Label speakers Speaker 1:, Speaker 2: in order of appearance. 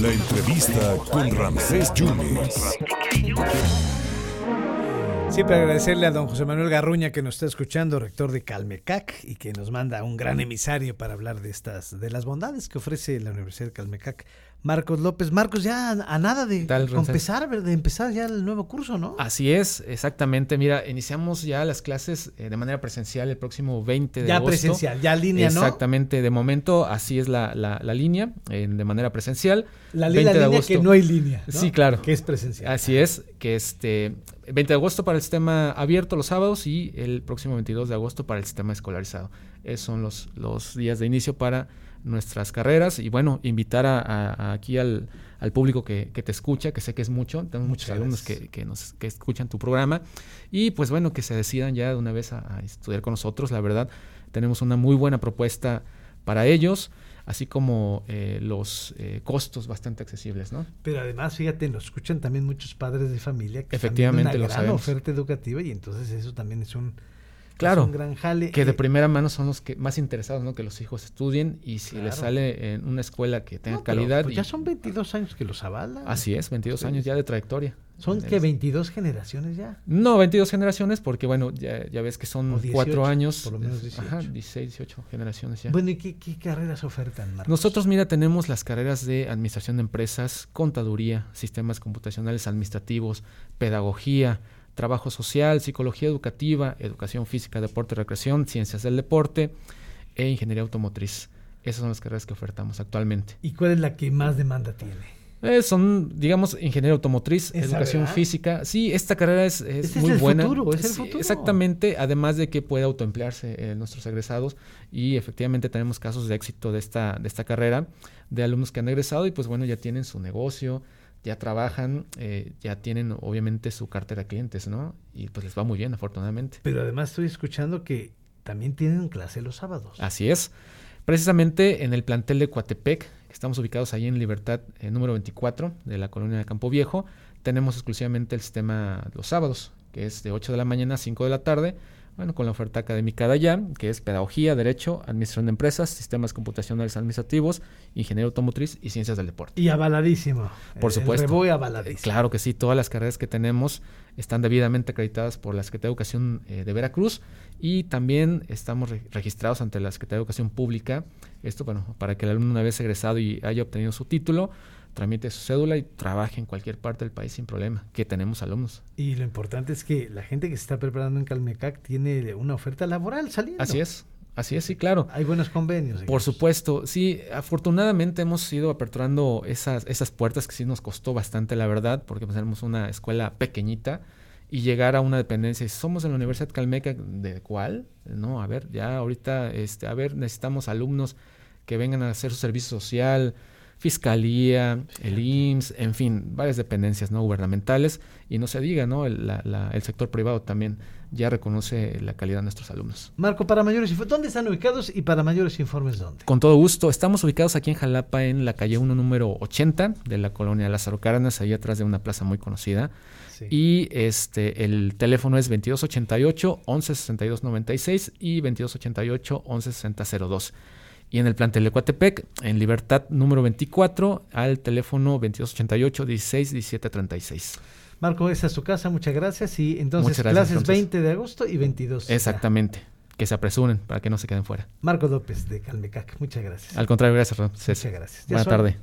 Speaker 1: La entrevista con Ramsés Yunes.
Speaker 2: Siempre agradecerle a don José Manuel Garruña que nos está escuchando, rector de Calmecac, y que nos manda un gran emisario para hablar de estas, de las bondades que ofrece la Universidad de Calmecac. Marcos López. Marcos, ya a, a nada de
Speaker 3: tal, Ah, Ramsés?
Speaker 2: empezar, de empezar ya el nuevo curso, ¿no?
Speaker 3: Así es, exactamente. Mira, iniciamos ya las clases eh, de manera presencial el próximo 20 de
Speaker 2: ya
Speaker 3: agosto.
Speaker 2: presencial, ya línea, ¿no?
Speaker 3: Exactamente, de momento así es la, la, la línea, eh, de manera presencial.
Speaker 2: La, li- la línea que no hay línea. ¿no?
Speaker 3: Sí, claro.
Speaker 2: Que es presencial.
Speaker 3: Así es, que este 20 de agosto para el sistema abierto los sábados y el próximo 22 de agosto para el sistema escolarizado. Esos son los, los días de inicio para nuestras carreras y bueno, invitar a, a- a aquí al, al público que, que te escucha, que sé que es mucho, tenemos muchos
Speaker 2: Muchas
Speaker 3: alumnos
Speaker 2: gracias.
Speaker 3: que, que nos, que escuchan tu programa y pues bueno, que se decidan ya de una vez a, a estudiar con nosotros, la verdad, tenemos una muy buena propuesta para ellos, así como eh, los eh, costos bastante accesibles, ¿no?
Speaker 2: Pero además, fíjate, nos escuchan también muchos padres de familia que están viendo
Speaker 3: Efectivamente, lo
Speaker 2: una gran
Speaker 3: sabemos.
Speaker 2: oferta educativa y entonces eso también es un,
Speaker 3: Claro,
Speaker 2: es un gran jale.
Speaker 3: que de
Speaker 2: Eh,
Speaker 3: primera mano son los que más interesados, ¿no? Que los hijos estudien y si les
Speaker 2: Claro.
Speaker 3: sale en una escuela que tenga
Speaker 2: no, pero,
Speaker 3: calidad.
Speaker 2: pues
Speaker 3: y-
Speaker 2: ya son 22 años que los avalan.
Speaker 3: Así es, 22 años ya de trayectoria.
Speaker 2: Son que 22 generaciones ya.
Speaker 3: No, 22 generaciones, porque bueno, ya, ya ves que son
Speaker 2: O 18,
Speaker 3: cuatro años.
Speaker 2: por lo menos
Speaker 3: es- Ajá,
Speaker 2: 18.
Speaker 3: 16, 18 generaciones ya.
Speaker 2: Bueno, ¿y qué, qué carreras ofertan, Marcos?
Speaker 3: Nosotros, mira, tenemos las carreras de administración de empresas, contaduría, sistemas computacionales administrativos, pedagogía, trabajo social, psicología educativa, educación física, deporte y recreación, ciencias del deporte e ingeniería automotriz. Esas son las carreras que ofertamos actualmente.
Speaker 2: ¿Y cuál es la que más demanda tiene?
Speaker 3: Eh, son, digamos, ingeniero automotriz,
Speaker 2: Esa,
Speaker 3: educación
Speaker 2: ¿verdad?
Speaker 3: física. Sí, esta carrera es, es
Speaker 2: Este es
Speaker 3: muy
Speaker 2: el
Speaker 3: buena.
Speaker 2: futuro, es el
Speaker 3: Sí,
Speaker 2: futuro.
Speaker 3: Exactamente, además de que puede autoemplearse eh, nuestros egresados y efectivamente tenemos casos de éxito de esta, de esta carrera, de alumnos que han egresado y pues bueno, ya tienen su negocio, ya trabajan, eh, ya tienen obviamente su cartera de clientes, ¿no? Y pues les va muy bien, afortunadamente.
Speaker 2: Pero además estoy escuchando que también tienen clase los sábados.
Speaker 3: Así es. Precisamente en el plantel de Coatepec, que estamos ubicados ahí en Libertad eh, número 24 de la colonia de Campo Viejo, tenemos exclusivamente el sistema los sábados, que es de 8 de la mañana a 5 de la tarde, bueno, con la oferta académica de allá, que es pedagogía, derecho, administración de empresas, sistemas computacionales administrativos, ingeniería automotriz y ciencias del deporte.
Speaker 2: Y avaladísimo.
Speaker 3: Por
Speaker 2: El
Speaker 3: supuesto.
Speaker 2: Reboe
Speaker 3: Eh,
Speaker 2: avaladísimo.
Speaker 3: Claro que sí, todas las carreras que tenemos están debidamente acreditadas por la Secretaría de Educación eh, de Veracruz y también estamos re- registrados ante la Secretaría de Educación Pública. Esto, bueno, para que el alumno una vez egresado y haya obtenido su título, tramite su cédula y trabaje en cualquier parte del país sin problema, que tenemos alumnos.
Speaker 2: Y lo importante es que la gente que se está preparando en Calmecac tiene una oferta laboral saliendo.
Speaker 3: Así es, así es, sí, claro.
Speaker 2: Hay buenos convenios.
Speaker 3: Por
Speaker 2: digamos.
Speaker 3: supuesto, sí, afortunadamente hemos ido aperturando esas, esas puertas que sí nos costó bastante, la verdad, porque pues, éramos una escuela pequeñita y llegar a una dependencia, y somos en la Universidad Calmeca, ¿de cuál? No, a ver, ya ahorita, este, a ver, necesitamos alumnos que vengan a hacer su servicio social, fiscalía, el IMSS, en fin, varias dependencias no gubernamentales, y no se diga, ¿no? El, la- la- el sector privado también ya reconoce la calidad de nuestros alumnos.
Speaker 2: Marco, para mayores informes, ¿dónde están ubicados y para mayores informes dónde?
Speaker 3: Con todo gusto. Estamos ubicados aquí en Jalapa, en la calle 1, número 80 de la colonia Lázaro Cárdenas, ahí atrás de una plaza muy conocida.
Speaker 2: Sí.
Speaker 3: Y este, el teléfono es 2288-116296 y 2288-116002. Y en el plantel de Coatepec, en Libertad número 24, al teléfono 2288-161736.
Speaker 2: Marco, esa es tu casa, muchas gracias. Y entonces,
Speaker 3: Muchas gracias,
Speaker 2: clases
Speaker 3: entonces.
Speaker 2: 20 de agosto y 22.
Speaker 3: Exactamente. Que se apresuren para que no se queden fuera.
Speaker 2: Marco López de Calmecac, muchas gracias.
Speaker 3: Al contrario, gracias, Ramsés.
Speaker 2: Muchas gracias. Ya
Speaker 3: Buena
Speaker 2: son
Speaker 3: tarde.